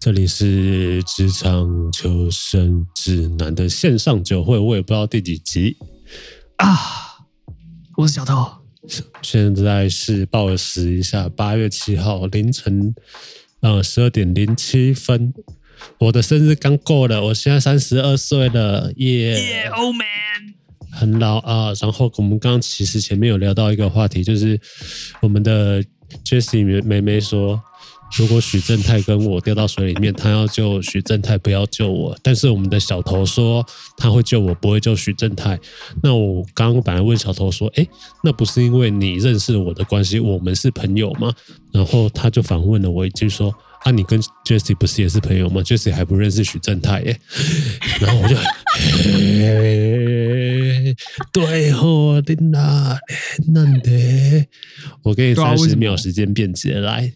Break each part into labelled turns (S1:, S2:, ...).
S1: 这里是职场求生指南的线上酒会，我也不知道第几集。
S2: 啊！我是小偷，
S1: 现在是报时一下，八月七号凌晨，呃，十二点零七分。我的生日刚过了，我现在三十二岁了，耶、
S2: 耶，old man，
S1: 很老啊。然后我们刚刚其实前面有聊到一个话题，就是我们的 Jessie 妹妹妹说，如果许正泰跟我掉到水里面，她要救许正泰，不要救我。但是我们的小头说他会救我，不会救许正泰。那我刚刚本来问小头说，诶，那不是因为你认识我的关系，我们是朋友吗？然后他就反问了我一句说。啊，你跟 Jessie 不是也是朋友吗？Jessie 还不认识许正泰耶，然后我就，嘿对哦，天哪，难得，我给你
S2: 对啊
S1: 三
S2: 为什
S1: 十
S2: 么
S1: 秒时间辩解来，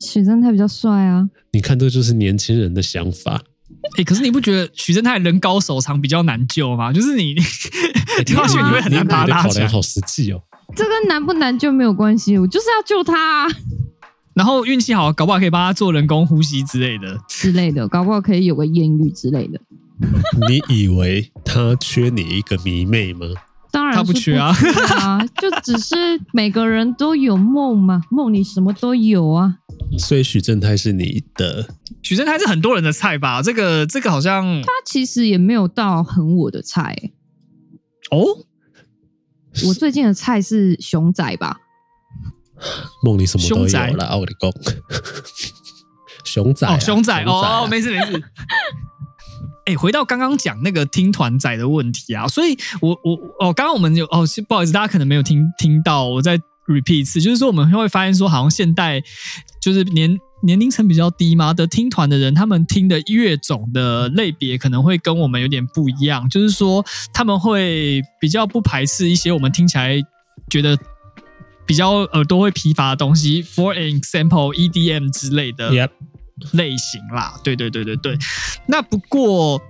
S3: 许正泰比较帅啊，
S1: 你看这就是年轻人的想法，
S2: 哎、可是你不觉得许正泰人高手长比较难救吗？就是你 跳下去你会很难把他
S1: 你的
S2: 拉
S1: 考
S2: 起
S1: 量
S2: 来。
S1: 好实际哦。
S3: 这跟难不难救没有关系，我就是要救他、啊、
S2: 然后运气好，搞不好可以帮他做人工呼吸之类的。
S3: 之类的，搞不好可以有个艳遇之类的。
S1: 你以为他缺你一个迷妹吗？
S3: 当然
S2: 他不
S3: 是
S2: 缺啊
S3: 不缺啊，就只是每个人都有梦嘛，梦里什么都有啊。
S1: 所以许正泰是你的，
S2: 许正泰是很多人的菜吧？这个这个好像
S3: 他其实也没有到很我的菜、欸
S2: 哦，
S3: 我最近的菜是熊仔吧，
S1: 梦里什么都
S2: 熊仔
S1: 有了。啊我的公，熊仔啊、
S2: 哦，熊仔，
S1: 啊
S2: 哦，没事没事。 哎、回到刚刚讲那个听团仔的问题啊，所以我我哦，刚刚我们有哦，是不好意思，大家可能没有听听到，我再 repeat 一次，就是说我们会发现说，好像现代就是年年龄层比较低嘛的听团的人，他们听的乐种的类别可能会跟我们有点不一样，就是说他们会比较不排斥一些我们听起来觉得。比较耳朵会疲乏的东西，for example EDM 之类的
S1: Yep
S2: 类型啦。对对对对对。那不过，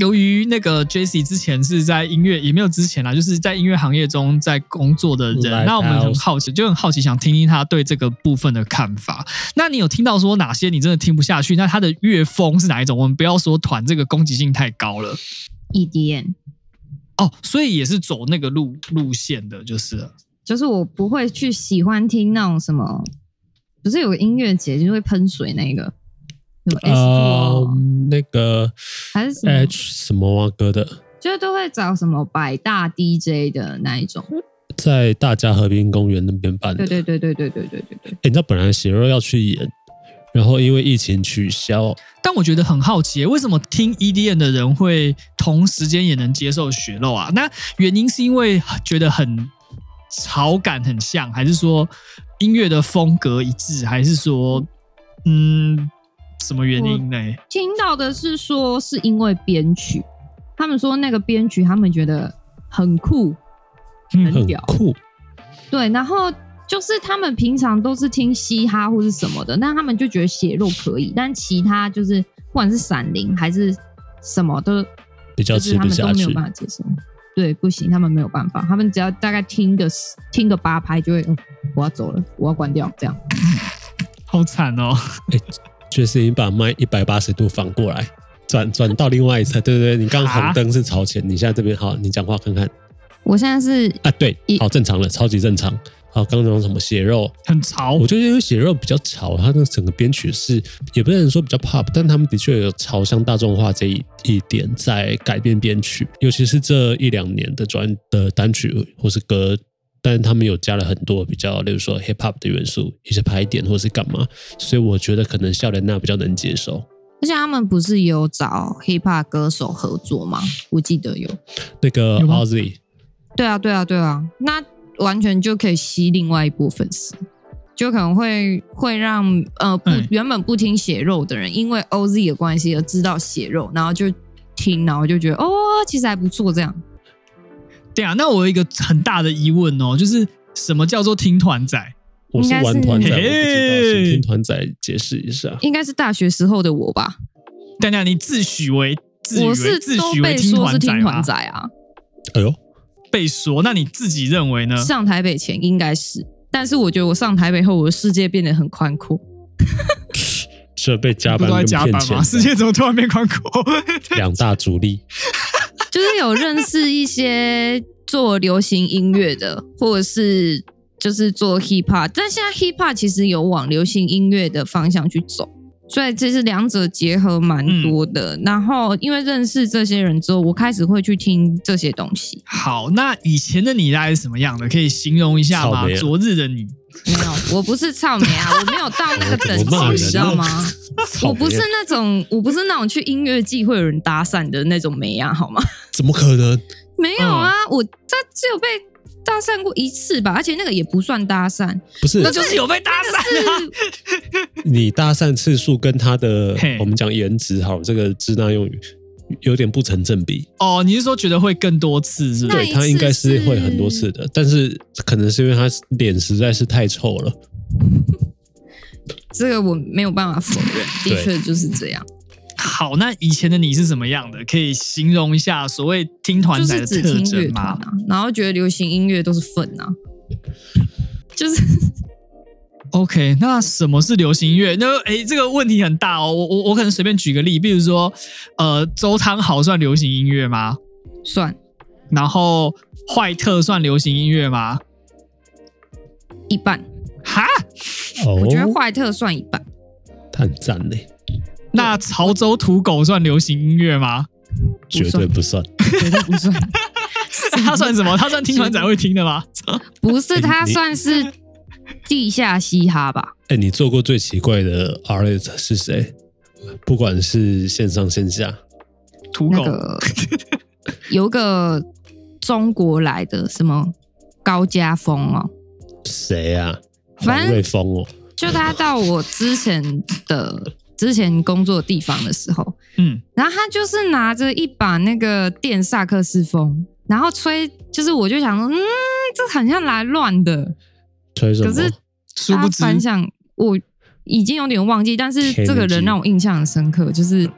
S2: 由于那个 Jesse 之前是在音乐，也没有之前啦，就是在音乐行业中在工作的人，
S1: Lighthouse
S2: 那我们很好奇，就很好奇想听听他对这个部分的看法。那你有听到说哪些你真的听不下去？那他的乐风是哪一种？我们不要说团这个攻击性太高了
S3: 一点。
S2: 哦，所以也是走那个路路线的，就是了
S3: 就是我不会去喜欢听那种什么，不是有个音乐节就会喷水那个，什
S2: 嗯
S3: 么 S
S1: 呃
S3: Two，、，
S1: 那个
S3: 还是什
S2: 呃
S3: 么
S1: H 什么啊歌的，
S3: 就是都会找什么百大 DJ 的那一种。
S1: 在大家和平公园那边办的。
S3: 对对对对对对对对对，
S1: 诶你知道本来血肉要去演，然后因为疫情取消，
S2: 但我觉得很好奇耶，为什么听 EDM 的人会同时间也能接受血肉啊？那原因是因为觉得很潮感很像，还是说音乐的风格一致，还是说嗯什么原因呢？
S3: 听到的是说是因为编曲，他们说那个编曲他们觉得很酷，
S2: 嗯
S3: 很
S1: 很
S3: 屌
S1: 酷。
S3: 对，然后。就是他们平常都是听嘻哈或是什么的，但他们就觉得血肉可以，但其他就是不管是闪灵还是什么都
S1: 比较
S3: 就是
S1: 吃
S3: 他
S1: 不
S3: 们都
S1: 下
S3: 没
S1: 去
S3: 有，办法接受。对，不行，他们没有办法，他们只要大概听个十听个八拍就会、哦，我要走了，我要关掉，这样。
S2: 好惨哦！
S1: 就是你把麦一百八十度反过来， 转转到另外一侧，对对对，你刚
S2: 啊
S1: 红灯是朝前，你现在这边好，你讲话看看
S3: 我现在是
S1: 啊，对
S3: 一，
S1: 好正常了，超级正常。好，刚刚讲什么血肉？
S2: 很潮
S1: 哦我，觉得因为血肉比较潮，它的整个编曲是也不能说比较 pop，但他们的确有朝向大众化这一一点在改变编曲，尤其是这一两年的专的单曲或是歌，但是他们有加了很多比较，例如说 hip hop 的元素，一些排点或是干嘛，所以我觉得可能笑莲娜比较能接受。
S3: 而且他们不是有找 hiphop 歌手合作吗？我记得有。
S1: 那个
S2: 有吗
S1: Ozzy，
S3: 对啊，对啊，对啊，那完全就可以吸另外一波粉丝。就可能会会让呃不
S2: 嗯
S3: 原本不听血肉的人，因为 OZ 的关系而知道血肉，然后就听，然后就觉得哦，其实还不错这样。
S2: 对啊，那我有一个很大的疑问哦，就是什么叫做听团仔？
S1: 我是玩团仔，
S2: 应
S1: 我
S2: 该
S1: 不
S2: 是
S1: 知道，请
S2: 嘿
S1: 听团仔解释一下。
S3: 应该是大学时候的我吧，
S2: 等等，你自诩为自诩
S3: 我
S2: 为
S3: 是
S2: 自
S3: 都
S2: 诩为
S3: 被
S2: 听
S3: 说是
S2: 团仔
S3: 听团
S2: 吗？
S3: 仔啊。
S1: 哎呦，
S2: 被说，那你自己认为呢？
S3: 上台北前应该是，但是我觉得我上台北后，我的世界变得很宽阔。
S1: 这被加
S2: 不
S1: 班
S2: 都在
S1: 跟
S2: 加
S1: 骗
S2: 班吗？ 世
S1: 钱
S2: 界怎么突然变宽阔？
S1: 两大主力，
S3: 就是有认识一些做流行音乐的，或者是就是做 hip hop，但现在 hip hop 其实有往流行音乐的方向去走，所以这是两者结合蛮多的。然后因为认识这些人之后，我开始会去听这些东西。
S2: 好，那以前的你大概是什么样的？可以形容一下
S1: 草
S2: 吗
S1: 莓？啊
S2: 昨日的你，
S3: 没有，我不是草莓啊，我没有到那个等
S1: 我怎么骂人啊
S3: 级，你
S1: 呢
S3: 知道吗？
S1: 草莓
S3: 我不是那种，我不是那种去音乐季会有人搭讪的那种美啊，好吗？
S1: 怎么可能？
S3: 没有啊，
S2: 嗯
S3: 我这只有被搭讪过一次吧，而且那个也不算搭讪，
S1: 不是
S2: 那就是有被搭
S3: 那
S2: 讪啊！
S3: 个是
S1: 你搭讪次数跟他的
S2: 嘿，
S1: 我们讲颜值好，这个支那用语有点不成正比。
S2: 哦，你是说觉得会更多次是不
S3: 那
S2: 是？
S1: 对
S3: 一
S1: 他
S3: 次
S1: 应该是
S3: 是
S1: 会很多次的，但是可能是因为他脸实在是太臭了。
S3: 这个我没有办法否认，的确就是这样，
S2: 好，那以前的你是什么样的？可以形容一下所谓听团
S3: 就
S2: 仔
S3: 是
S2: 的
S3: 只
S2: 特
S3: 听乐
S2: 征
S3: 团
S2: 吗？
S3: 啊，然后觉得流行音乐都是粪啊，就是。
S2: OK，那什么是流行音乐？那诶，这个问题很大哦。我我我可能随便举个例，比如说，呃，周汤豪算流行音乐吗？
S3: 算
S2: 然后坏特算流行音乐吗？
S3: 一半，
S2: 哈，
S1: 哦，
S3: 我觉得坏特算一半，
S1: 他很赞嘞，
S2: 那潮州土狗算流行音乐吗？
S1: 绝对不算。
S3: 绝对不算。
S2: 他算什么？他算听团仔会听的吗？
S3: 不是，它
S1: 你
S3: 算是地下嘻哈吧？
S1: 哎，你做过最奇怪的 artist 是谁？不管是线上线下，
S2: 土
S3: 那
S2: 狗、
S3: 个有个中国来的什么高家峰哦，
S1: 谁啊？
S3: 反
S1: 黄
S3: 正
S1: 瑞峰哦，
S3: 就他到我之前的之前工作的地方的时候，
S2: 嗯，
S3: 然后他就是拿着一把那个电萨克斯风，然后吹，就是我就想说，嗯，这很像来乱的，
S1: 吹什么？
S3: 可是
S2: 殊
S3: 他
S2: 不知
S3: 反响我已经有点忘记，但是这个人让我印象很深刻，就是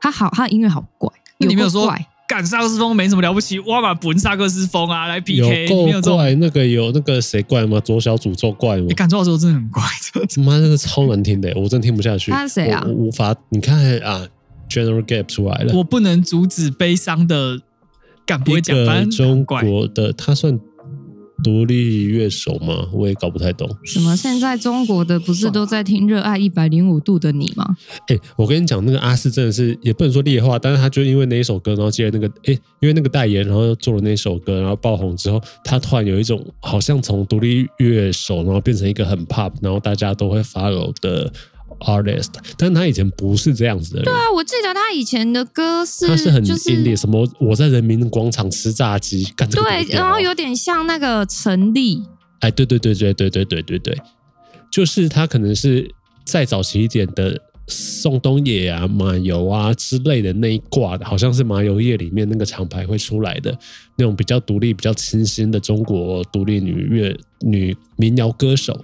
S3: 他好，他的音乐好怪，
S2: 那你没有
S3: 够
S2: 说
S3: 怪
S2: 干萨克斯风没什么了不起，我要把本萨克斯风啊来 PK，没
S1: 有
S2: 有这
S1: 够
S2: 种。哎
S1: 怪，那个有那个谁怪吗？左小诅咒怪吗
S2: 你？感受到时候真的很怪，
S1: 妈，那个超难听的，我真听不下去。
S3: 他是谁啊
S1: 我我无法，你看啊，General Gap 出来了，
S2: 我不能阻止悲伤的，敢不会讲，反
S1: 一个
S2: 正
S1: 中
S2: 很怪。
S1: 国的，他算独立乐手吗？我也搞不太懂。
S3: 什么？现在中国的不是都在听《热爱一百零五度的你》吗？
S1: 哎、我跟你讲，那个阿四真的是也不能说劣化，但是他就因为那一首歌，然后接了那个哎、因为那个代言，然后又做了那首歌，然后爆红之后，他突然有一种好像从独立乐手，然后变成一个很 pop，然后大家都会 follow 的 artist，但他以前不是这样子的人。
S3: 对啊，我记得他以前的歌是，
S1: 他是很
S3: 就是
S1: indie，、什么我在人民广场吃炸鸡，干这个
S3: 对
S1: 多，屌啊
S3: 然后有点像那个陈粒，
S1: 哎，对对对对对对对对对，就是他可能是再早期一点的宋冬野啊、马油啊之类的那一挂的，好像是马油业里面那个厂牌会出来的那种比较独立、比较清新的中国独立女乐女民谣歌手。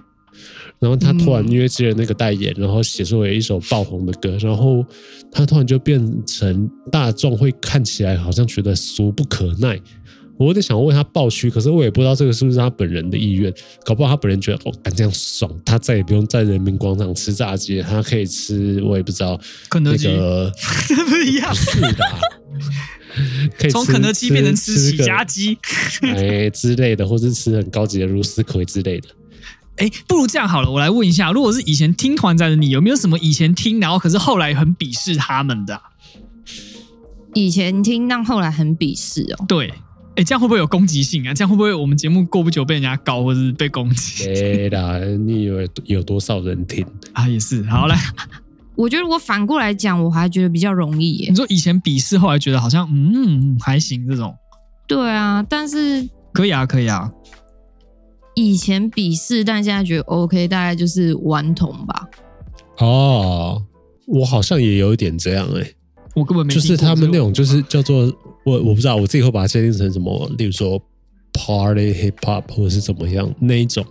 S1: 然后他突然
S3: 嗯
S1: 因为接了那个代言，然后写出了一首爆红的歌，然后他突然就变成大众会看起来好像觉得俗不可耐。我有点想为他抱屈，可是我也不知道这个是不是他本人的意愿，搞不好他本人觉得哦，敢这样爽，他再也不用在人民广场吃炸鸡，他可以吃我也不知道
S2: 肯德
S1: 那
S2: 基
S1: 个
S2: 不一样
S1: 不，是的 啊，可以
S2: 从
S1: 吃
S2: 肯德基变成吃起
S1: 个
S2: 家鸡。
S1: 哎之类的，或是吃很高级的茹丝葵之类的。
S2: 哎，不如这样好了，我来问一下，如果是以前听团仔的你，有没有什么以前听，然后可是后来很鄙视他们的啊、
S3: 以前听但后来很鄙视哦。
S2: 对，哎，这样会不会有攻击性啊？这样会不会我们节目过不久被人家告，或者是被攻击
S1: 对哎啦，你以为有多少人听？
S2: 啊？也是，好来，
S3: 我觉得我反过来讲，我还觉得比较容易耶
S2: 你。说以前鄙视，后来觉得好像嗯还行这种，
S3: 对啊，但是
S2: 可以啊，可以啊，
S3: 以前鄙视，但现在觉得 OK，大概就是顽童吧。
S1: 哦，我好像也有一点这样哎、
S2: 我根本没
S1: 就
S2: 听过
S1: 是他们那
S2: 这个
S1: 种就是叫做我我不知道我自己会把它界定成什么，例如说 party hip hop 或者是怎么样那一种，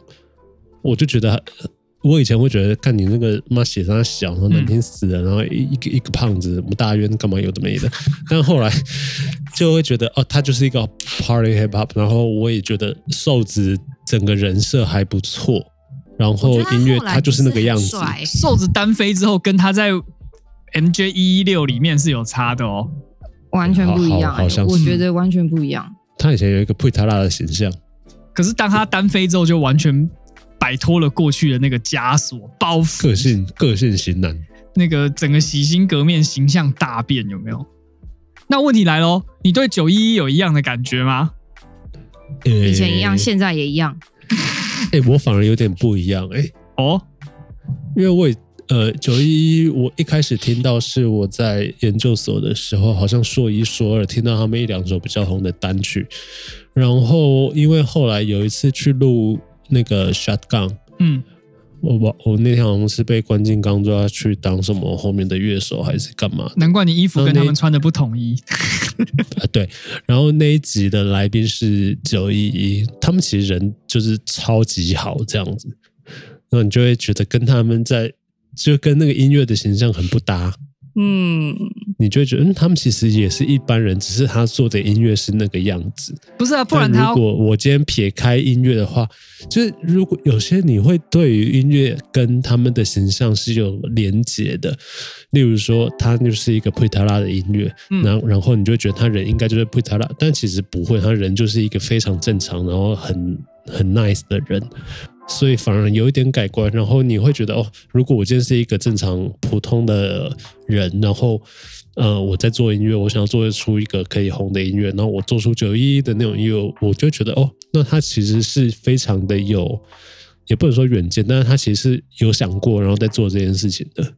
S1: 我就觉得呃我以前会觉得看你那个妈血上小，然后
S3: 嗯
S1: 难听死了，然后一一个一个胖子不大冤干嘛有的没的，但后来就会觉得哦，他就是一个 party hip hop，然后我也觉得瘦子整个人设还不错，然后
S3: 我觉得
S1: 音乐
S3: 后来
S1: 他就是那个
S3: 很
S1: 样子，
S3: 帅
S2: 瘦子单飞之后，跟他在 MJ 一一六里面是有差的哦。
S3: 完全不一样、欸
S1: 好好好像
S3: 我
S2: 是
S3: 觉得完全不一样。
S1: 他以前有一个佩塔拉的形象。
S2: 可是当他单飞之后，就完全摆脱了过去的那个枷锁包袱，
S1: 个性个性型男，
S2: 那个整个洗心革面，形象大变，有没有？那问题来喽，你对九一一有一样的感觉吗？
S3: 以前一样，
S1: 呃
S3: 现在也一样。
S1: 哎、我反而有点不一样哎、
S2: 哦，
S1: 因为我也呃九一一，我一开始听到是我在研究所的时候，好像说一说二，听到他们一两首比较红的单曲，然后因为后来有一次去录那个 Shotgun。
S2: 嗯，
S1: 我我我那天好像是被关进钢抓去当什么后面的乐手还是干嘛的
S2: 难怪你衣服跟他们穿的不统一。
S1: 啊，对，然后那一集的来宾是九一一，他们其实人就是超级好这样子，那你就会觉得跟他们在就跟那个音乐的形象很不搭，
S3: 嗯，
S1: 你就会觉得嗯，他们其实也是一般人，只是他做的音乐是那个样子。
S2: 不是啊，不
S1: 但
S2: 然他要
S1: 如果我今天撇开音乐的话，就是如果有些你会对于音乐跟他们的形象是有连结的，例如说他就是一个佩塔拉的音乐，
S2: 嗯
S1: 然后然后你就觉得他人应该就是佩塔拉，但其实不会，他人就是一个非常正常，然后很很 nice 的人。所以反而有一点改观，然后你会觉得哦，如果我今天是一个正常普通的人，然后呃我在做音乐，我想要做出一个可以红的音乐，然后我做出九一一的那种音乐，我就觉得哦，那他其实是非常的有，也不能说远见，但是他其实是有想过，然后在做这件事情的。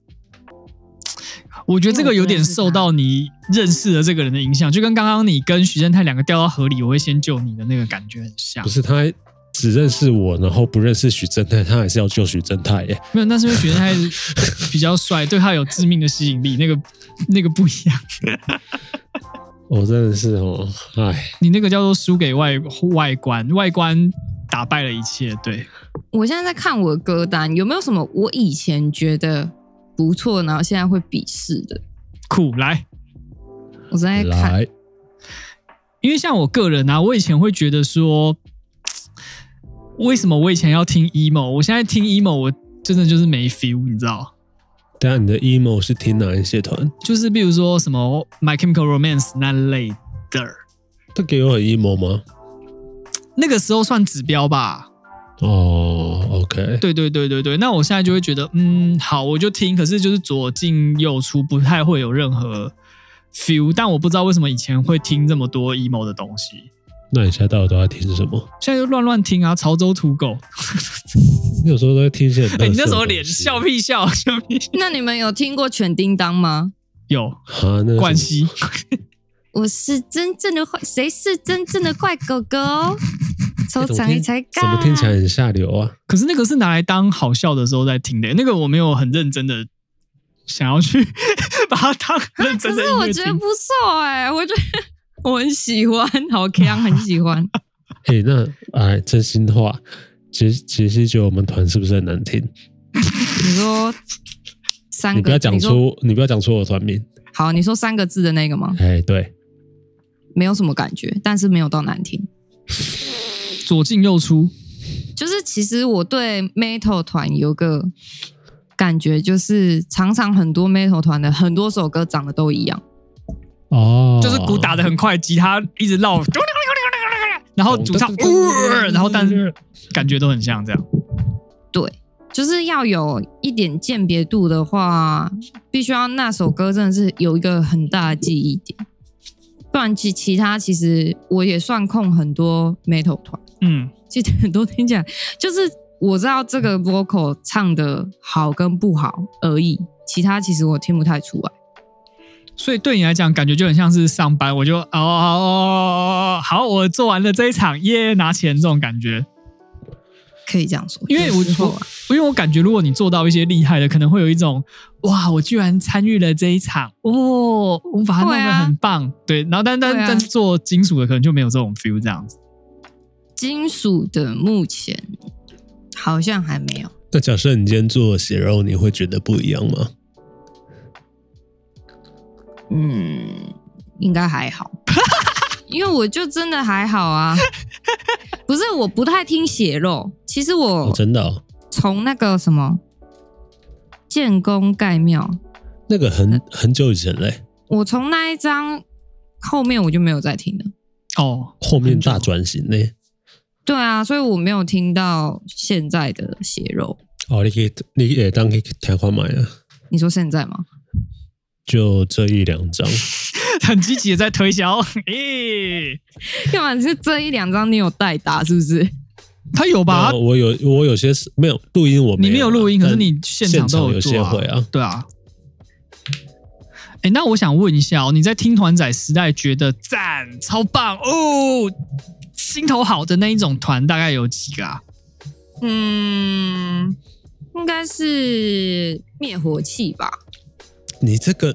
S2: 我觉得这个有点受到你认识的这个人的影响，就跟刚刚你跟徐正泰两个掉到河里，我会先救你的那个感觉很像
S1: 不。是他只认识我，然后不认识许正泰，他还是要救许正泰耶。
S2: 没有，那是因为徐正泰 比较帅，对他有致命的吸引力，那个那个不一样。
S1: 我、真的是哦，哎，
S2: 你那个叫做输给外外观，外观打败了一切。对，
S3: 我现在在看我的歌单，有没有什么我以前觉得不错，然后现在会鄙视的？
S2: 酷来，
S3: 我正在看，
S1: 来，
S2: 因为像我个人啊，我以前会觉得说，为什么我以前要听 emo，我现在听 emo，我真的就是没 feel，你知道？
S1: 等下你的 emo 是听哪一些团？
S2: 就是比如说什么《My Chemical Romance》那类的，
S1: 他给我很 emo 吗？
S2: 那个时候算指标吧。
S1: 哦，OK，
S2: 对对对对对，那我现在就会觉得，嗯，好，我就听，可是就是左进右出，不太会有任何 feel。但我不知道为什么以前会听这么多 emo 的东西，
S1: 那你现在到底都在听什么？
S2: 现在就乱乱听啊，潮州土狗。
S1: 你有时候都在听一些很垃圾的
S2: 哎、
S1: 东西、
S2: 你那时候脸笑屁笑，笑屁笑
S3: 那你们有听过犬叮当吗？
S2: 有
S1: 啊？那是
S2: 冠希，
S3: 我是真正的坏，谁是真正的坏狗 狗？
S1: 哎
S3: 抽
S1: 怎么
S3: 查
S1: 听
S3: 才干，
S1: 怎么听起来很下流啊？
S2: 可是那个是拿来当好笑的时候在听的，那个我没有很认真的想要去 把它当认
S3: 可
S2: 真的
S3: 是
S2: 音
S3: 我
S2: 乐
S3: 觉得
S2: 听。
S3: 不错哎、我觉得我很喜欢，好 K 很 喜欢。
S1: 哎、那哎，真心话，杰杰西觉得我们团是不是很难听？
S3: 你说三个，
S1: 你不要讲
S3: 你说
S1: 出，你不要讲出我的团名。
S3: 好，你说三个字的那个吗？
S1: 哎、对，
S3: 没有什么感觉，但是没有到难听。
S2: 左进右出，
S3: 就是其实我对 metal 团有个感觉，就是常常很多 metal 团的很多首歌长得都一样，
S1: 哦，
S2: 就是鼓打的很快，吉他一直绕，然后主唱，呃然后但是感觉都很像这样。
S3: 就是要有一点鉴别度的话，必须要那首歌真的是有一个很大的记忆点，不然其其他其实我也算控很多 metal 团。
S2: 嗯，
S3: 其实很多听起来就是我知道这个 vocal 唱的好跟不好而已，其他其实我听不太出来。
S2: 所以对你来讲，感觉就很像是上班，我就哦哦哦哦哦，好，我做完了这一场，耶，拿钱这种感觉。
S3: 可以这样说，
S2: 因为
S3: 有
S2: 我
S3: 时候
S2: 我
S3: 啊
S2: 因为我感觉，如果你做到一些厉害的，可能会有一种哇，我居然参与了这一场哦，我把它弄
S3: 会
S2: 得
S3: 啊
S2: 很棒，对。然后但但、
S3: 会啊
S2: 但是做金属的可能就没有这种 feel 这样子。
S3: 金属的目前好像还没有，
S1: 那假设你今天做血肉，你会觉得不一样吗？
S3: 嗯，应该还 好，因为我就真的还好啊。不是，我不太听血肉。其实
S1: 哦，
S3: 我
S1: 真的、哦，
S3: 从那个什么建功盖庙，
S1: 那个很很久以前嘞，
S3: 我从那一张后面我就没有再听了。
S2: 哦，
S1: 后面大转型嘞。
S3: 对啊，所以我没有听到现在的血肉。
S1: 哦，你可以，你也当可以听看买啊，
S3: 你说现在吗？
S1: 就这一两张。
S2: 很积极的在推销，诶、
S3: 要么是这一两张你有代打是不是？
S2: 他有吧？
S1: 然后我有，我有些是没有录音，我
S2: 你没有录音，可
S1: 啦
S2: 是你
S1: 但
S2: 现
S1: 场
S2: 场都
S1: 有
S2: 做
S1: 些会啊。
S2: 对啊。哎，那我想问一下、哦，你在听团仔时代觉得赞超棒哦，心头好的那一种团大概有几个啊？
S3: 嗯，应该是灭火器吧。
S1: 你这个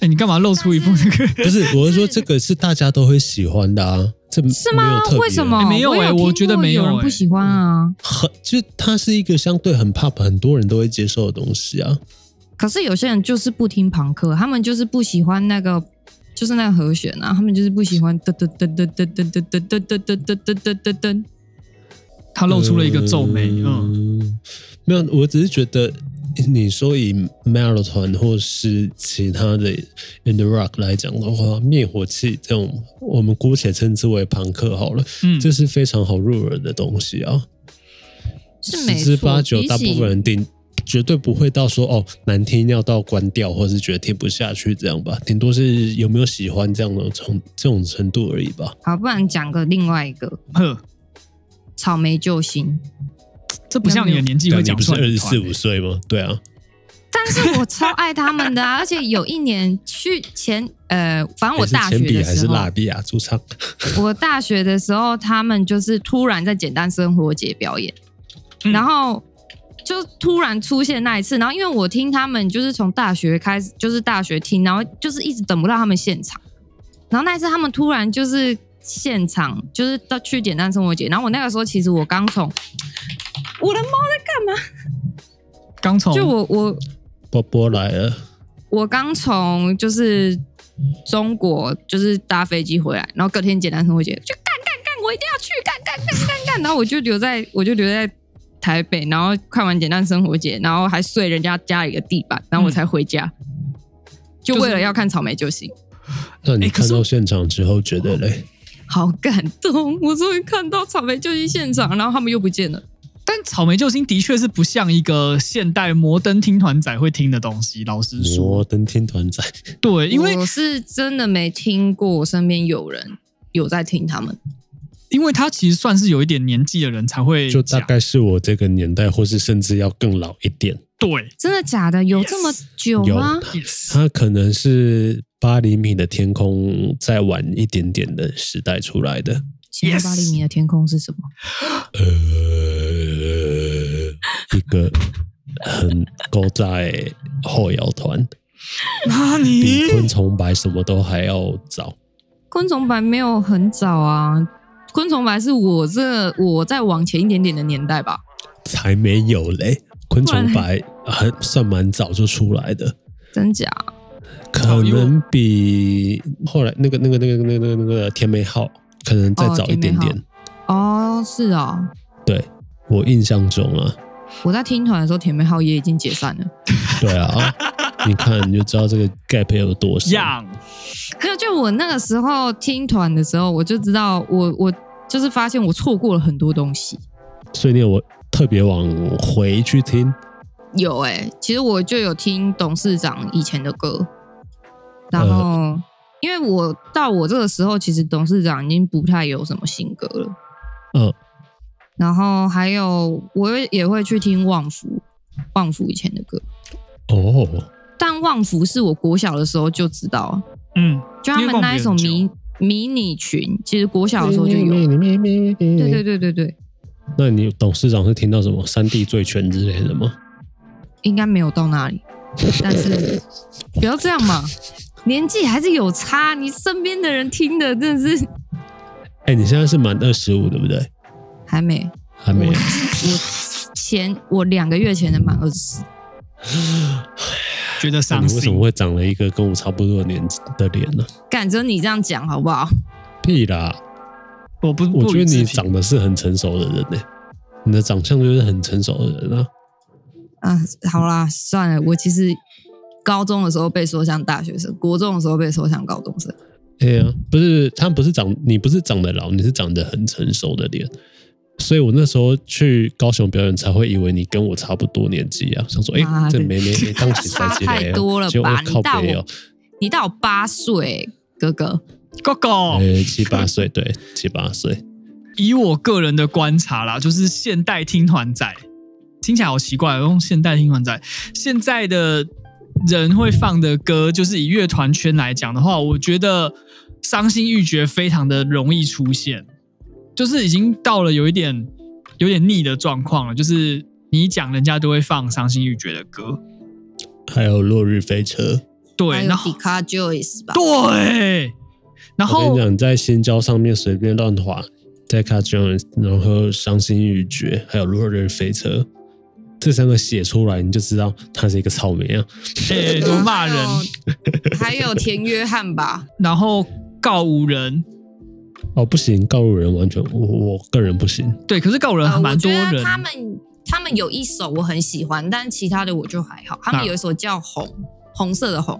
S2: 哎，你干嘛露出一副那个？
S1: 不是，我是说这个是大家都会喜欢的啊，这
S3: 是
S1: 没有
S3: 吗
S1: 特别？啊
S3: 为什么？
S2: 哎没有哎
S3: 我
S2: 我
S3: 听
S2: 觉得
S3: 过
S2: 没有
S3: 有人
S2: 哎
S3: 不喜欢啊。
S1: 很，就它是一个相对很 pop，很多人都会接受的东西啊。
S3: 可是有些人就是不听朋克，他们就是不喜欢那个，就是那个和弦啊，他们就是不喜欢噔噔噔噔噔噔噔噔噔噔噔噔噔噔噔。
S2: 他露出了
S1: 呃
S2: 一个皱眉，嗯，
S1: 嗯，没有，我只是觉得你说以 metal 团或是其他的 in the rock 来讲的话，灭火器这种我们姑且称之为朋克好了，
S2: 嗯
S1: 这是非常好入耳的东西啊，
S3: 是
S1: 十
S3: 没
S1: 之
S3: 错，
S1: 八九
S3: 比起
S1: 大部分人顶。绝对不会到说哦难听要到关掉，或是觉得听不下去这样吧，顶多是有没有喜欢这样的程这种程度而已吧。
S3: 好，不然讲个另外一个
S2: 呵，
S3: 草莓救星，
S2: 这不像你的年纪会
S1: 你
S2: 讲
S1: 不
S2: 出
S1: 是
S2: 来
S1: 二
S2: 的
S1: 十
S2: 团欸
S1: 四五岁吗？对啊，
S3: 但是我超爱他们的、啊，而且有一年去前呃，反正 我大
S1: 还是
S3: 学
S1: 铅笔
S3: 的
S1: 还
S3: 时
S1: 是
S3: 候，
S1: 蜡笔啊，驻唱。
S3: 我大学的时候，他们就是突然在简单生活节表演，
S2: 嗯
S3: 然后就突然出现那一次，然后因为我听他们就是从大学开始，就是大学听，然后就是一直等不到他们现场，然后那一次他们突然就是现场就是到去简单生活节，然后我那个时候其实我刚从我的猫
S2: 刚从
S3: 就我我
S1: 波波来了，
S3: 我刚从就是中国就是搭飞机回来，然后隔天简单生活节就干干干，我一定要去干干干干干，然后我就留在 我就留在台北，然后看完简单生活节，然后还睡人家家里的地板，然后我才回家，就为了要看草莓救星。
S1: 那你
S2: 欸可
S1: 看
S2: 是哦
S1: 到现场之后觉得嘞，
S3: 好感动！我终于看到草莓救星现场，然后他们又不见了。
S2: 但草莓救星的确是不像一个现代摩登听团仔会听的东西。老实
S1: 摩
S2: 说，
S1: 登天团仔，
S2: 对，因为
S3: 我是真的没听过，我身边有人有在听他们。
S2: 因为他其实算是有一点年纪的人才会
S1: 就大
S2: 讲
S1: 概是我这个年代，或是甚至要更老一点。
S2: 对
S3: 真的假的？有这么久
S1: 有
S3: 吗？
S2: ，yes，
S1: 他可能是八厘米的天空再晚一点点的时代出来的。
S3: 七八厘米的天空是什么？
S1: 呃，一个很高在后摇团，
S2: 那你
S1: 比昆虫白什么都还要早。
S3: 昆虫白没有很早啊，昆虫白是我这我再往前一点点的年代吧。
S1: 才没有嘞！昆虫白还算蛮早就出来的，
S3: 真假？
S1: 可能比后来那个那个那个那个那个那个甜美号可能再早一点点。
S3: 哦甜哦，是哦。
S1: 对我印象中 啊，
S3: 我在听团的时候，甜妹号也已经解散了。
S1: 对啊，你看你就知道这个 gap 有多少。
S2: 样
S3: 没有，就我那个时候听团的时候，我就知道我我就是发现我错过了很多东西。
S1: 所以呢，我特别往回去听，
S3: 有哎、其实我就有听董事长以前的歌，然后、因为我到我这个时候，其实董事长已经不太有什么新歌了。
S1: 嗯，
S3: 然后还有我也会去听旺福，旺福以前的歌，
S1: 哦，
S3: 但旺福是我国小的时候就知道啊，
S2: 嗯，
S3: 就他
S2: 因为
S3: 们
S2: 旺福
S3: 那一首
S2: 很久
S3: 迷迷你裙，其实国小的时候就有，
S1: 咪咪咪咪咪
S3: 对对对对对，
S1: 那你董事长是听到什么三 D 醉拳之类的吗？
S3: 应该没有到那里，但是不要这样嘛，年纪还是有差。你身边的人听的真的是
S1: 哎、你现在是满二十五对不对？
S3: 还没，
S1: 还没啊
S3: 我
S1: 有。
S3: 我前我两个月前的满二十四，
S2: 觉得
S1: 那
S2: 伤
S1: 你为什
S2: 心
S1: 么。会长了一个跟我差不多的年纪的脸呢、
S3: 敢着你这样讲好不好？
S1: 屁啦！
S2: 我不，
S1: 我
S2: 不
S1: 觉得
S2: 予置
S1: 你
S2: 评
S1: 长得是很成熟的人呢、你的长相就是很成熟的人啊。
S3: 啊，好啦，算了，我其实高中的时候被说像大学生，国中的时候被说像高中生，
S1: 哎呀、不是，他不是长，你不是长得老，你是长得很成熟的脸。所以我那时候去高雄表演，才会以为你跟我差不多年纪啊，想说，哎、
S3: 妈
S1: 这
S3: 的
S1: 妹妹 哎当起三
S3: 差
S1: 级
S3: 太多了
S1: 就
S3: 吧？你
S1: 靠
S3: 大
S1: 北哦
S3: 我，，你大我八岁，哥哥，
S2: 狗狗
S1: 呃、，七八岁，对，七八岁，
S2: 以我个人的观察啦，就是现代听团仔听起来好奇怪，我用现代听团仔，现在的人会放的歌，就是以乐团圈来讲的话，我觉得伤心欲绝非常的容易出现，就是已经到了有一点有点腻的状况了，就是你一讲人家都会放伤心欲绝的歌，
S1: 还有落日飞车。
S3: 还
S2: 对，
S3: 有
S2: 然
S3: 迪
S2: 后
S3: 卡 Joyce 吧？
S2: 对，
S1: 我跟
S2: 然后
S1: 你讲，你在新交上面随便乱滑 d e c a Jones，然后伤心欲绝，还有落日飞车，这三个写出来你就知道他是一个草莓啊。
S2: 哎，怎么骂人？
S3: 还有，还有田约翰吧？
S2: 然后告五人，
S1: 哦，不行，告入人完全，我我个人不行。
S2: 对，可是告五人
S3: 呃，
S2: 还
S3: 我
S2: 蛮
S3: 觉
S2: 多人。
S3: 得他们他们有一首我很喜欢，但其他的我就还好。他
S2: 哪
S3: 们有一首叫《红》，红色的红，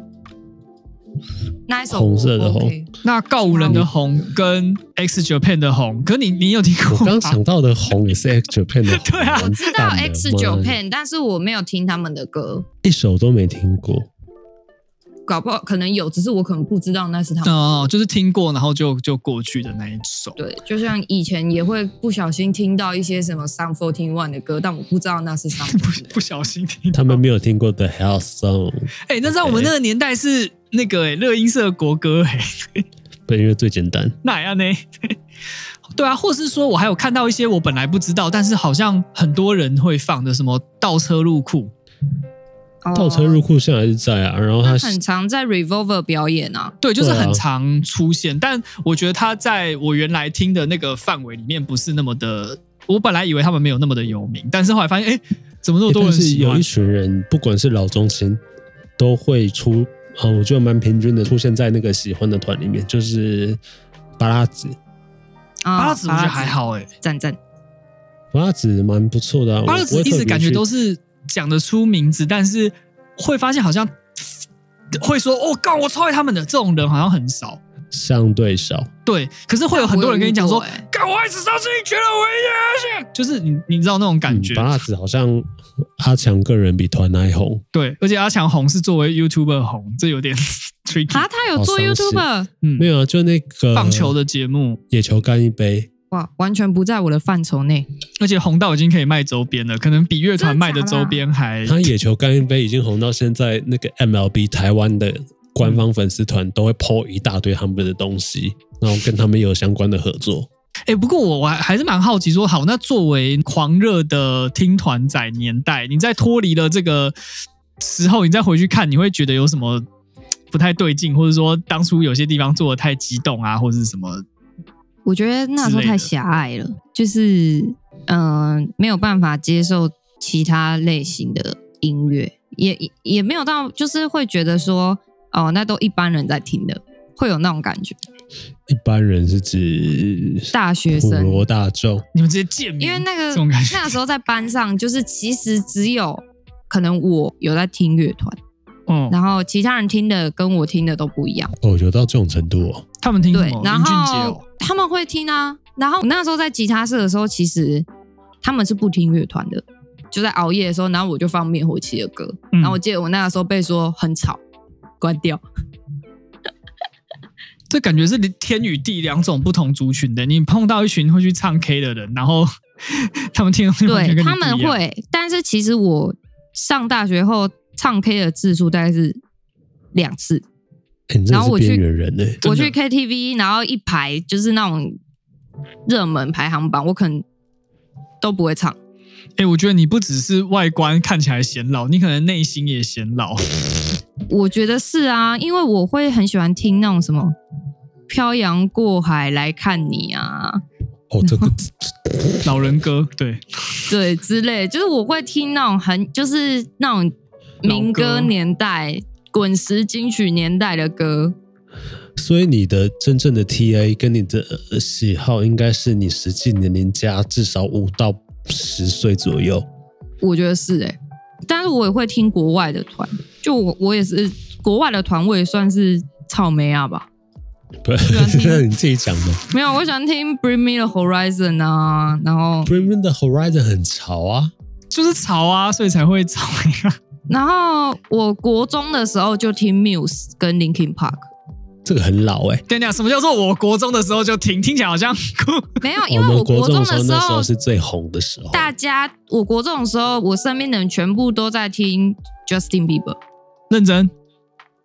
S3: 那一首
S1: 红色的
S3: 我
S1: 红
S3: OK
S2: 那告五人的红跟 X Japan 的红，可你你有听
S1: 我
S2: 过
S1: 刚
S2: 吗？
S1: 想到的红也是 X Japan 的红，
S2: 对
S1: 完蛋
S2: 啊
S1: 了
S3: 我知道
S1: 妈
S3: X 九 Pen，但是我没有听他们的歌，
S1: 一首都没听过。
S3: 搞不好可能有，只是我可能不知道那是他们。
S2: 哦、就是听过，然后就就过去的那一首。
S3: 对，就像以前也会不小心听到一些什么 Sun Fourteen One 的歌，但我不知道那是 Sun
S2: 不
S3: Fourteen。
S2: 不小心听到
S1: 他们没有听过 The Hell Song，
S2: 哎、那在我们那个年代是那个哎、乐音社国歌哎、
S1: 对，因为最简单。
S2: 那样呢？ 对啊，或是说我还有看到一些我本来不知道，但是好像很多人会放的什么倒车入库，
S1: 倒车入库现在还是在啊，然后他
S3: 他哦很常在 Revolver 表演啊，
S2: 对，就是
S1: 对啊
S2: 很常出现。但我觉得它在我原来听的那个范围里面不是那么的，我本来以为他们没有那么的有名，但是后来发现，哎、怎么那么多
S1: 但
S2: 人
S1: 是
S2: 喜
S1: 有
S2: 欢
S1: 一？群人，不管是老中青，都会出啊、我觉得蛮平均的，出现在那个喜欢的团里面，就是巴拉子，
S3: 啊
S2: 八子我觉得还，好哎、
S3: 巴拉赞赞。
S1: 巴拉子蛮不错的、啊。
S2: 八乐子一直感觉都
S1: 是
S2: 是讲得出名字，但是会发现好像会说“哦，干，我超爱他们的”这种人好像很少。
S1: 相对少，
S2: 对，可是会有
S3: 但
S2: 很多
S3: 我有
S2: 人跟你
S3: 遇
S2: 讲
S3: 过
S2: 说
S3: 欸：“
S2: 干，我爱死伤心欲绝了，我也要去。”就是你，你知道那种感觉。
S1: 嗯巴拉子好像阿强个人比团还红，
S2: 对，而且阿强红是作为 YouTuber 红，这有点 tricky。
S3: 啊，他有做
S1: 好伤心
S3: YouTuber，
S2: 嗯
S1: 没，有啊，就那个
S2: 棒球的节目，
S1: 野球干一杯，
S3: 哇，完全不在我的范畴内。
S2: 而且红到已经可以卖周边了，可能比乐团
S3: 真的
S2: 卖的
S3: 假的
S2: 周
S3: 啊
S2: 边还
S1: 他野球干一杯已经红到现在，那个 MLB 台湾的。官方粉丝团都会 PO 一大堆他们的东西，然后跟他们有相关的合作。
S2: 哎、不过我我还还是蛮好奇说好，那作为狂热的听团仔年代，你在脱离了这个时候，你再回去看，你会觉得有什么不太对劲，或者说当初有些地方做的太激动啊，或者是什么？
S3: 我觉得那时
S2: 之
S3: 候
S2: 类的
S3: 太狭隘了，就是嗯、呃没有办法接受其他类型的音乐，也也也没有到，就是会觉得说，哦，那都一般人在听的，会有那种感觉。
S1: 一般人是指
S3: 大学
S1: 普
S3: 生，
S1: 罗大众，
S2: 你们这些贱民，
S3: 因为那个
S2: 嗯这种感觉，
S3: 那时候在班上，就是其实只有可能我有在听乐团，
S2: 嗯，
S3: 然后其他人听的跟我听的都不一样。
S1: 哦，有到这种程度哦。
S2: 他们听什
S3: 对，
S2: 么？
S3: 然
S2: 林俊杰哦
S3: 后，他们会听啊。然后我那时候在吉他社的时候，其实他们是不听乐团的，就在熬夜的时候，然后我就放灭火器的歌。
S2: 嗯
S3: 然后我记得我那个时候被说很吵，关掉。
S2: 这感觉是天与地两种不同族群的。你碰到一群会去唱 K 的人，然后 他们听的东西完全跟
S3: 对
S2: 你
S3: 他
S2: 不一
S3: 们
S2: 样，
S3: 会，但是其实我上大学后唱 K 的次数大概是两次。
S1: 哎，你真
S3: 然
S1: 的
S3: 后
S1: 是
S3: 我去
S1: 边缘人欸呢、
S2: 的
S3: 我去 KTV，然后一排就是那种热门排行榜，我可能都不会唱。
S2: 哎，我觉得你不只是外观看起来显老，你可能内心也显老。
S3: 我觉得是啊，因为我会很喜欢听那种什么“漂洋过海来看你”啊，
S1: 哦， 这个
S2: 老人歌，对，
S3: 对之类，就是我会听那种很就是那种民
S2: 老歌
S3: 歌年代、滚石金曲年代的歌。
S1: 所以你的真正的 TA 跟你的呃喜好应该是你实际年龄加至少五到十岁左右。
S3: 我觉得是哎、但是我也会听国外的团，就我我也是国外的团，我也算是草莓啊吧。
S1: 不是
S3: 喜欢，听
S1: 那你自己讲的。
S3: 没有，我喜欢听 Bring Me the Horizon 啊，然后
S1: Bring Me the Horizon 很潮啊，
S2: 就是潮啊，所以才会潮呀、
S3: 然后我国中的时候就听 Muse 跟 Linkin Park，
S1: 这个很老哎、
S2: 等一下，什么叫做我国中的时候就听？听起来好像
S3: 没有，因为
S1: 哦我
S3: 我
S1: 们
S3: 国
S1: 国中
S3: 中
S1: 的时候，
S3: 的时
S1: 那时
S3: 候
S1: 候是最红的时候。
S3: 大家，我国中的时候，我身边的人全部都在听 Justin Bieber。
S2: 认真。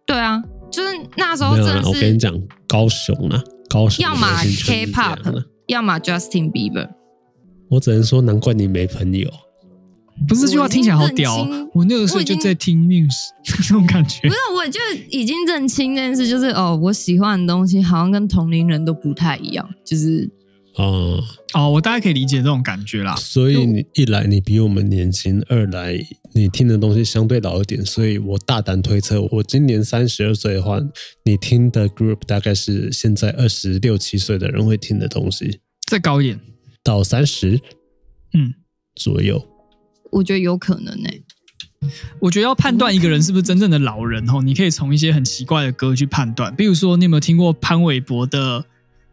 S3: 对啊，就是那时候
S1: 没有
S3: 真
S1: 啦
S3: 的，
S1: 我跟你
S3: 是，
S1: 讲，高雄啊，高雄的
S3: 要么
S1: 流行圈是这样
S3: K-pop，
S1: 的
S3: 要么 Justin Bieber。
S1: 啊我只能说，难怪你没朋友。
S2: 不是这句话
S3: 我已
S2: 听
S3: 经
S2: 起来好屌
S3: 认
S2: 哦
S3: 清，
S2: 我那个时候就在听 Muse 那种感觉
S3: 不是，我就已经认清这件事，就是哦，我喜欢的东西好像跟同龄人都不太一样，就是
S1: 哦、
S2: 哦，我大概可以理解这种感觉啦。
S1: 所以你一来你比我们年轻，二来你听的东西相对老一点，所以我大胆推测，我今年三十二岁的话，你听的 group 大概是现在二十六七岁的人会听的东西，
S2: 再高一点，
S1: 到三十
S2: 嗯，
S1: 左右。
S3: 我觉得有可能欸呢、
S2: 我觉得要判断一个人是不是真正的老人哦，你可以从一些很奇怪的歌去判断，比如说你有没有听过潘玮柏的《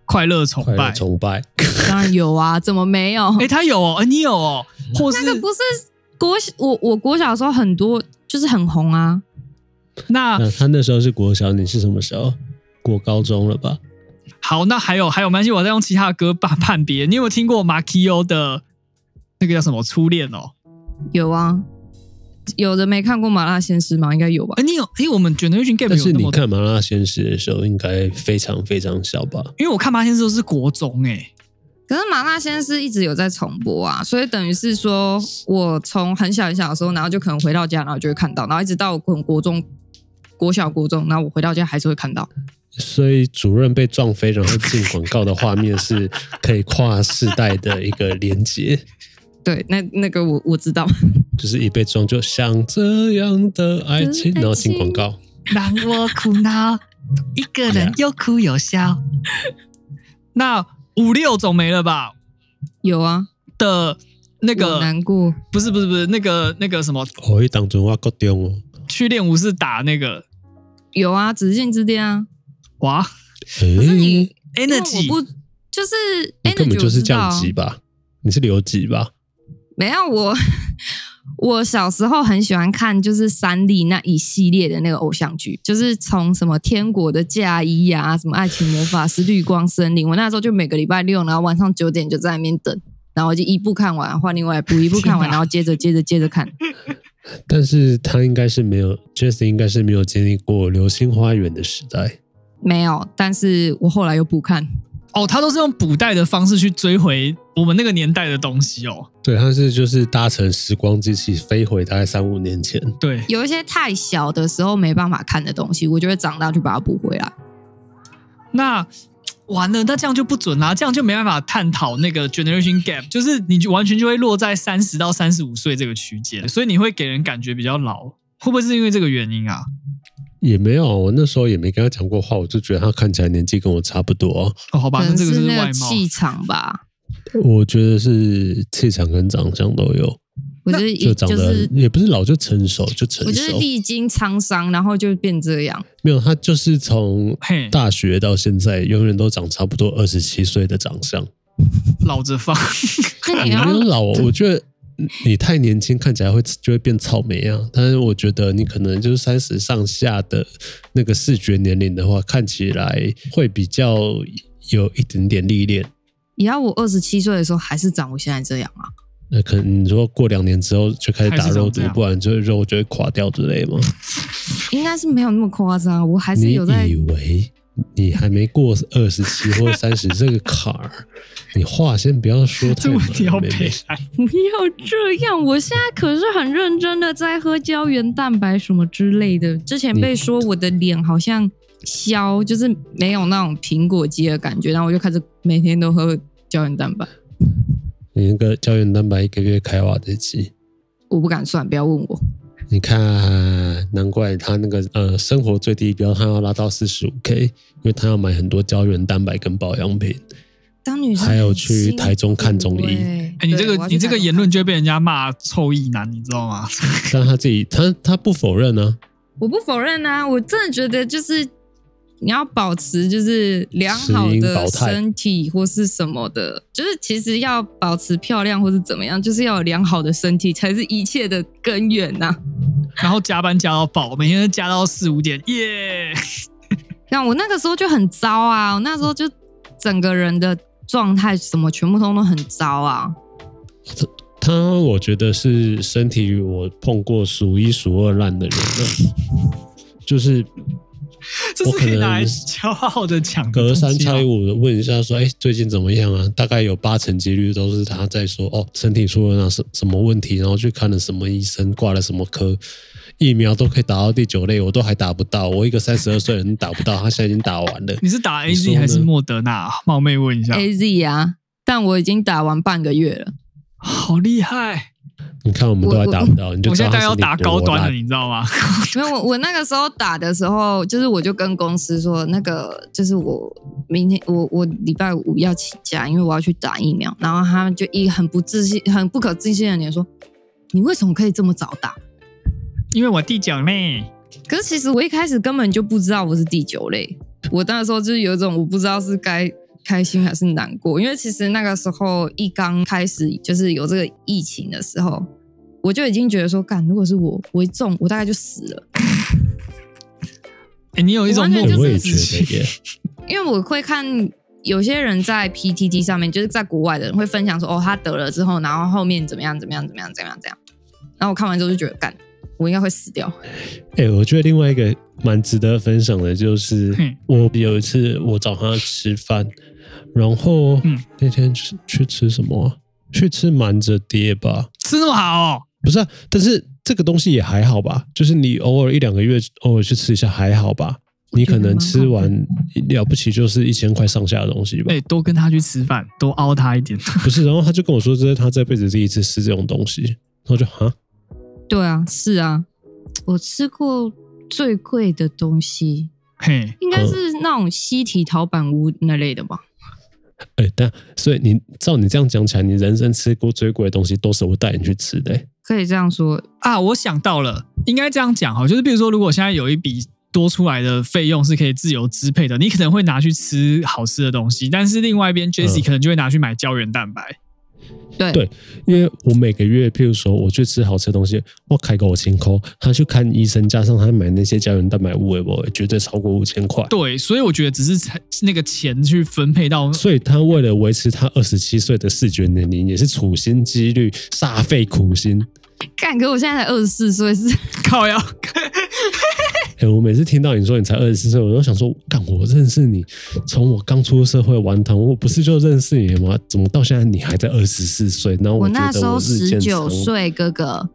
S2: 快乐崇
S1: 快
S2: 拜
S1: 乐》？崇拜，
S3: 当然有啊，怎么没有？
S2: 哎，他有哦，呃你有哦，
S1: 嗯
S2: 或是
S3: 那个不是国小我我国小的时候很多就是很红啊，
S2: 那
S1: 那他那时候是国小，你是什么时候？过高中了吧？
S2: 好，那还有还有，没关系，我再用其他的歌判判别。你有没有听过马 a 欧的那个叫什么《初恋》哦？
S3: 有啊，有的没看过《麻辣鲜师》吗？应该有吧
S2: 哎，。你有？哎，我们 Generation Gap
S1: 但是
S2: 有那
S1: 你
S2: 么多，
S1: 看《麻辣鲜师》的时候，应该非常非常小吧？
S2: 因为我看马先生是国中哎、
S3: 可是麻辣鲜师一直有在重播啊，所以等于是说我从很小很小的时候，然后就可能回到家，然后就会看到，然后一直到我可能国中、国小、国中，然后我回到家还是会看到。
S1: 所以主任被撞飞，然后进广告的画面是可以跨世代的一个连接。
S3: 对，那那个我我知道，
S1: 就是一被撞就像这样的爱情，
S3: 的爱情
S1: 然后进广告，
S2: 让我苦恼，一个人又哭又笑。那五六总没了吧？
S3: 有啊，
S2: 的那
S3: 我
S2: 个
S3: 难过，
S2: 不是不是不是那个那个什么
S1: 哦，一当中我高中哦，
S2: 去练武是打那个
S3: 有啊，《紫禁之巅》啊，
S2: 哇
S3: 可是
S1: 诶，
S3: 你因为我
S2: energy
S3: 不就是
S1: 你
S3: energy
S1: 根本就
S3: 我
S1: 是
S3: 知道啊
S1: 降级吧？你是留级吧？
S3: 没有我，我小时候很喜欢看，就是三立那一系列的那个偶像剧，就是从什么《天国的嫁衣》啊，什么《爱情魔法师》《绿光森林》，我那时候就每个礼拜六，然后晚上九点就在那边等，然后我就一部看完，换另外一部，一部看
S2: 天
S3: 完，
S2: 哪
S3: 然后接着接着接着看。
S1: 但是他应该是没有，Jesse 应该是没有经历过《流星花园》的时代。
S3: 没有，但是我后来又不看。
S2: 哦，他都是用补带的方式去追回我们那个年代的东西哦。
S1: 对，他是就是搭乘时光机器飞回大概三五年前。
S2: 对，
S3: 有一些太小的时候没办法看的东西，我就会长大去把它补回来。
S2: 那完了，那这样就不准啦、啊这样就没办法探讨那个 generation gap，就是你就完全就会落在三十到三十五岁这个区间，所以你会给人感觉比较老，会不会是因为这个原因啊？
S1: 也没有，我那时候也没跟他讲过话，我就觉得他看起来年纪跟我差不多。
S2: 哦，好吧，
S3: 可
S2: 那
S3: 能
S2: 这个就是
S3: 那
S2: 外
S3: 个
S2: 貌。
S3: 气场吧，
S1: 我觉得是气场跟长相都有，
S3: 我觉得
S1: 就
S3: 一
S1: 长
S3: 就
S1: 得、
S3: 是
S1: 也不是老就成熟，就成熟。
S3: 我就是历经沧桑，然后就变这样。
S1: 没有，他就是从
S2: 嘿，
S1: 大学到现在，永远都长差不多二十七岁的长相。
S2: 老着 放，
S3: 那
S1: 你
S3: 你
S1: 没
S3: 要
S1: 有老，我觉得你太年轻，看起来会就会变草莓啊。但是我觉得你可能就是三十上下的那个视觉年龄的话，看起来会比较有一点点历练。
S3: 也要我二十七岁的时候还是长我现在这样啊？
S1: 那可能你说过两年之后就开始
S2: 还
S1: 打
S2: 是长
S1: 肉
S2: 这
S1: 毒，
S2: 样
S1: 不然就是 肉就会垮掉之类吗？
S3: 应该是没有那么夸张，我还是
S1: 你
S3: 有在
S1: 以为你还没过二十七或三 十这个坎儿，你话先不要说太
S2: 这问
S1: 满
S2: 题要
S1: 了，妹
S2: 陪
S1: 妹。
S2: 来。
S3: 不要这样！我现在可是很认真的在喝胶原蛋白什么之类的。之前被说我的脸好像消，就是没有那种苹果肌的感觉，然后我就开始每天都喝胶原蛋白。
S1: 你那个胶原蛋白一个月开挖的几？
S3: 我不敢算，不要问我。
S1: 你看，啊难怪他那个呃生活最低标，他要拉到四十五 K，因为他要买很多胶原蛋白跟保养品。
S3: 当女生
S1: 还有
S3: 很
S1: 去
S3: 辛苦
S1: 台中看中医
S3: 欸
S2: 哎，你这
S3: 对我
S2: 个
S3: 要去
S2: 你这
S3: 台
S2: 个
S3: 中
S2: 言
S3: 看
S2: 论就会被人家骂臭意男，你知道吗？
S1: 但他自己他他不否认啊，
S3: 我不否认啊，我真的觉得就是你要保持就是良好
S1: 持盈
S3: 的
S1: 保泰
S3: 身体或是什么的，就是其实要保持漂亮或是怎么样，就是要有良好的身体才是一切的根源呐、
S2: 然后加班加到爆，每天都加到四五点，耶！
S3: 那我那个时候就很糟啊，我那时候就整个人的状态什么全部通通很糟啊。
S1: 他我觉得是身体我碰过数一数二烂的人了，就是
S2: 这
S1: 我
S2: 是
S1: 可
S2: 可以拿来
S1: 能
S2: 骄傲的讲的
S1: 隔
S2: 东西啊。
S1: 三差五的问一下说，哎、最近怎么样啊？大概有八成几率都是他在说，哦，身体出了那什什么问题，然后去看了什么医生，挂了什么科，疫苗都可以打到第九类，我都还打不到，我一个三十二岁人打不到，他现在已经打完 了。
S2: 你是打
S1: 你说
S2: AZ 还是
S1: 呢
S2: 莫德纳？冒昧问一下，
S3: A Z 啊，但我已经打完半个月了，
S2: 好厉害！
S1: 你看我们都还打不到，你就
S2: 我
S1: 知
S2: 现
S1: 道他
S2: 在大概要
S1: 身体
S2: 打
S1: 多
S2: 高端了，
S1: 烂
S2: 你知道吗？
S3: 因为我我那个时候打的时候，就是我就跟公司说，那个就是我明天我我礼拜五要请假，因为我要去打疫苗。然后他们就以很不自信、很不可置信的脸说：“你为什么可以这么早打
S2: 因为我弟讲嘞，？”
S3: 可是其实我一开始根本就不知道我是第九类，我那时候就是有一种我不知道是该开心还是难过，因为其实那个时候一刚开始就是有这个疫情的时候，我就已经觉得说，干，如果是我，我一中，我大概就死了。
S2: 哎，你有一种
S3: 我完
S2: 莫
S3: 全
S1: 哎
S3: 就
S2: 名
S1: 我
S2: 的
S1: 也
S3: 是
S1: 觉
S2: 自信
S1: 得耶，
S3: 因为我会看有些人在 PTT 上面，就是在国外的人会分享说，哦，他得了之后，然后后面怎么样怎么样怎么样怎么样怎么样。然后我看完之后就觉得，干，我应该会死掉。
S1: 哎、我觉得另外一个蛮值得分享的，就是
S2: 嗯
S1: 我有一次我找他吃饭，然后
S2: 嗯
S1: 那天去去吃什么啊、去吃瞒着爹吧，
S2: 吃那么好哦，
S1: 不是啊，但是这个东西也还好吧，就是你偶尔一两个月偶尔去吃一下还好吧，你可能吃完了不起就是一千块上下的东西吧
S2: 哎，，多跟他去吃饭，多凹他一点。
S1: 不是，然后他就跟我说这是他这辈子第一次吃这种东西，然后就哈，
S3: 对啊，是啊，我吃过最贵的东西
S2: 嘿，
S3: 应该是那种西提陶板屋那类的吧？
S1: 哎、但所以你照你这样讲起来，你人生吃过最贵的东西都是我带你去吃的、欸
S3: 可以这样说，
S2: 啊，我想到了，应该这样讲哈，就是比如说，如果现在有一笔多出来的费用是可以自由支配的，你可能会拿去吃好吃的东西，但是另外一边 Jesse
S1: 嗯
S2: 可能就会拿去买胶原蛋白。
S3: 对
S1: 对因为我每个月，譬如说我去吃好吃的东西，我开个五千块，他去看医生，加上他买那些胶原蛋白物，我绝对超过五千块。
S2: 对，所以我觉得只是才那个钱去分配 到
S1: 所以他为了维持他二十七岁的视觉年龄，也是处心积虑、煞费苦心。
S3: 干，可我现在才二十四岁，是
S2: 靠腰。
S1: 哎、我每次听到你说你才二十四岁，我都想说，干，我认识你，从我刚出社会玩团，我不是就认识你了吗？怎么到现在你还在二十四岁？然后
S3: 我
S1: 觉
S3: 那时
S1: 得
S3: 候
S1: 我日
S3: 十
S1: 渐长
S3: 九岁，哥哥，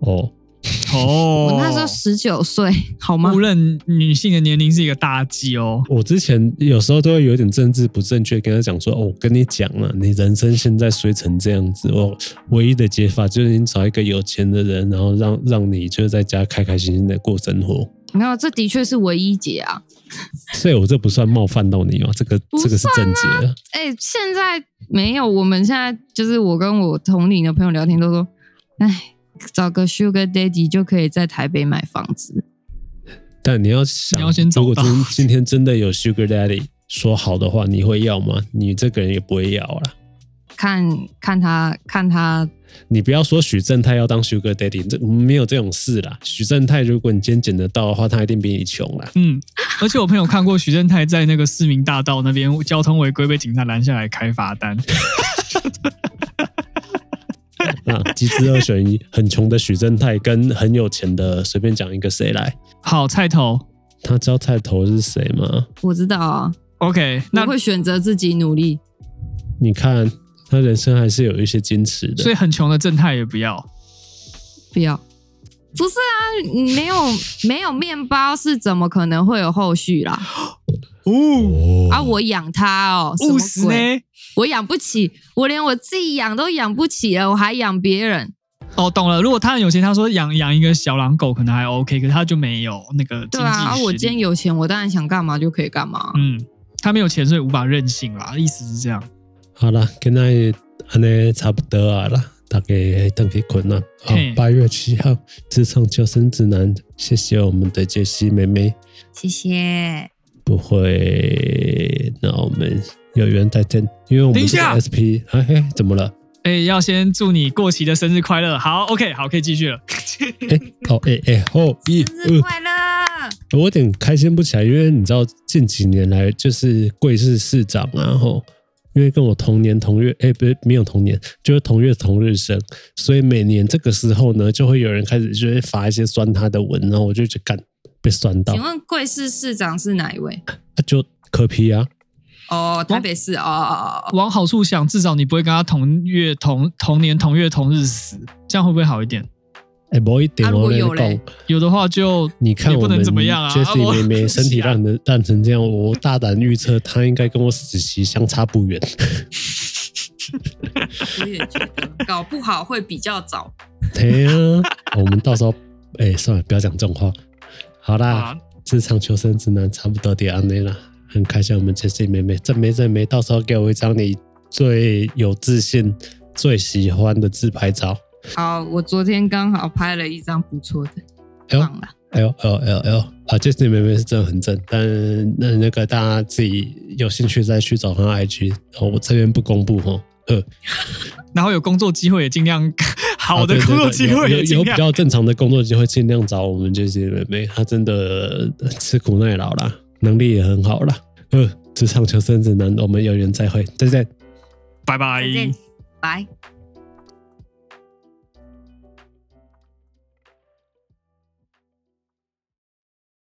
S1: 哦，
S2: 哦，
S3: 我那时候十九岁，好吗
S2: 误？认女性的年龄是一个大忌哦。
S1: 我之前有时候都会有点政治不正确，跟他讲说：“哦，我跟你讲了，你人生现在衰成这样子，我唯一的解法就是你找一个有钱的人，然后让让你就是在家开开心心的过生活。
S3: 没有，这的确是唯一解啊。”
S1: 所以，我这不算冒犯到你哦，这个
S3: 不
S1: 这个是正解啊。
S3: 哎、现在没有，我们现在就是我跟我同龄的朋友聊天，都说，哎，找个 Sugar Daddy 就可以在台北买房子。
S1: 但你要想，
S2: 你要先找
S1: 如果
S2: 到
S1: 今今天真的有 Sugar Daddy 说好的话，你会要吗？你这个人也不会要啊啦。
S3: 看看他，看他，
S1: 你不要说许正泰要当 Sugar Daddy，这没有这种事啦。许正泰，如果你今天捡得到的话，他一定比你穷啦。
S2: 嗯，而且我朋友看过许正泰在那个市民大道那边交通违规被警察拦下来开罚单，
S1: 啊，集资二选一，很穷的许正泰跟很有钱的，随便讲一个谁来？
S2: 好菜头，
S1: 他知道菜头是谁吗？
S3: 我知道啊，
S2: OK，那
S3: 我会选择自己努力。
S1: 你看他人生还是有一些矜持的。
S2: 所以很穷的正太也不要。
S3: 不要，不是啊，你没有没有面包是怎么可能会有后续啦？
S2: 哦，
S1: 哦
S3: 啊，我养它哦，什
S2: 务
S3: 么
S2: 实
S3: 鬼？
S2: 呢？
S3: 我养不起，我连我自己养都养不起了，我还养别人？
S2: 哦，懂了。如果他很有钱，他说养养一个小狼狗可能还 OK，可是他就没有那个经济
S3: 对啊，啊
S2: 实
S3: 我
S2: 力
S3: 今天有钱，我当然想干嘛就可以干嘛。啊
S2: 嗯，他没有钱，所以无法任性啦，意思是这样。
S1: 好啦，今天安尼差不多啊啦，大家等去困啦。好
S2: 嘿，
S1: 八月七号，自创求生指南，谢谢我们的杰西妹妹，
S3: 谢谢，
S1: 不会，那我们有缘再见，因为我
S2: 等
S1: 们
S2: 一
S1: 这个
S2: 下
S1: SP，哎嘿，怎么了？
S2: 哎、要先祝你过期的生日快乐。好，OK，好，可以继续了。
S1: 哎，哦，哎哎，哦，一，
S3: 生日快乐！
S1: 呃我有点开心不起来，因为你知道近几年来就是贵市市长啊，吼，因为跟我同年同月，哎、不是没有同年，就是同月同日生，所以每年这个时候呢，就会有人开始就会发一些酸他的文，然后我就去干被酸到，
S3: 请
S1: 啊、
S3: 问贵市市长是哪一位？
S1: 就可皮啊，
S3: 哦，台北市哦哦哦哦，
S2: 往好处想，至少你不会跟他同月同同年同月同日死，这样会不会好一点？
S1: 哎、不一定
S3: 啊如
S1: 我
S3: 果
S1: 跟
S3: 有
S1: 你
S3: 嘞
S1: 讲，
S2: 有的话就
S1: 你看
S2: 也
S1: 我
S2: 不
S1: 们
S2: 能怎么样啊。
S1: j e s s
S2: 啊
S1: e
S2: 我
S1: 妹 妹身体让人让成这样，我大胆预测她应该跟我死期相差不远。
S3: 我也觉得，搞不好会比较早。
S1: 对呀、我们到时候，哎、算了，不要讲这种话。好啦，
S2: 啊，
S1: 职场求生指南差不多得安内啦，很开心我们杰西妹妹，这没这没，到时候给我一张你最有自信、最喜欢的自拍照。
S3: 好，我昨天刚好拍了一张不错的，
S1: 哎呦
S3: 放了。
S1: L L L L 啊，杰西妹妹是真的很正，但那那个大家自己有兴趣再去找她 IG，哦，我这边不公布哦。呃，
S2: 然后有工作机会也尽量 好
S1: 啊
S2: 的
S1: 对对
S2: 工作
S1: 对
S2: 机
S1: 有
S2: 会
S1: 有
S2: 也尽
S1: 有比
S2: 量。
S1: 较正常的工作机会，尽量找我们这些妹妹，她真的呃吃苦耐劳啦，能力也很好啦。呃，职场求生指南，我们有缘再会，再见。
S2: 拜拜。
S3: 再见，拜。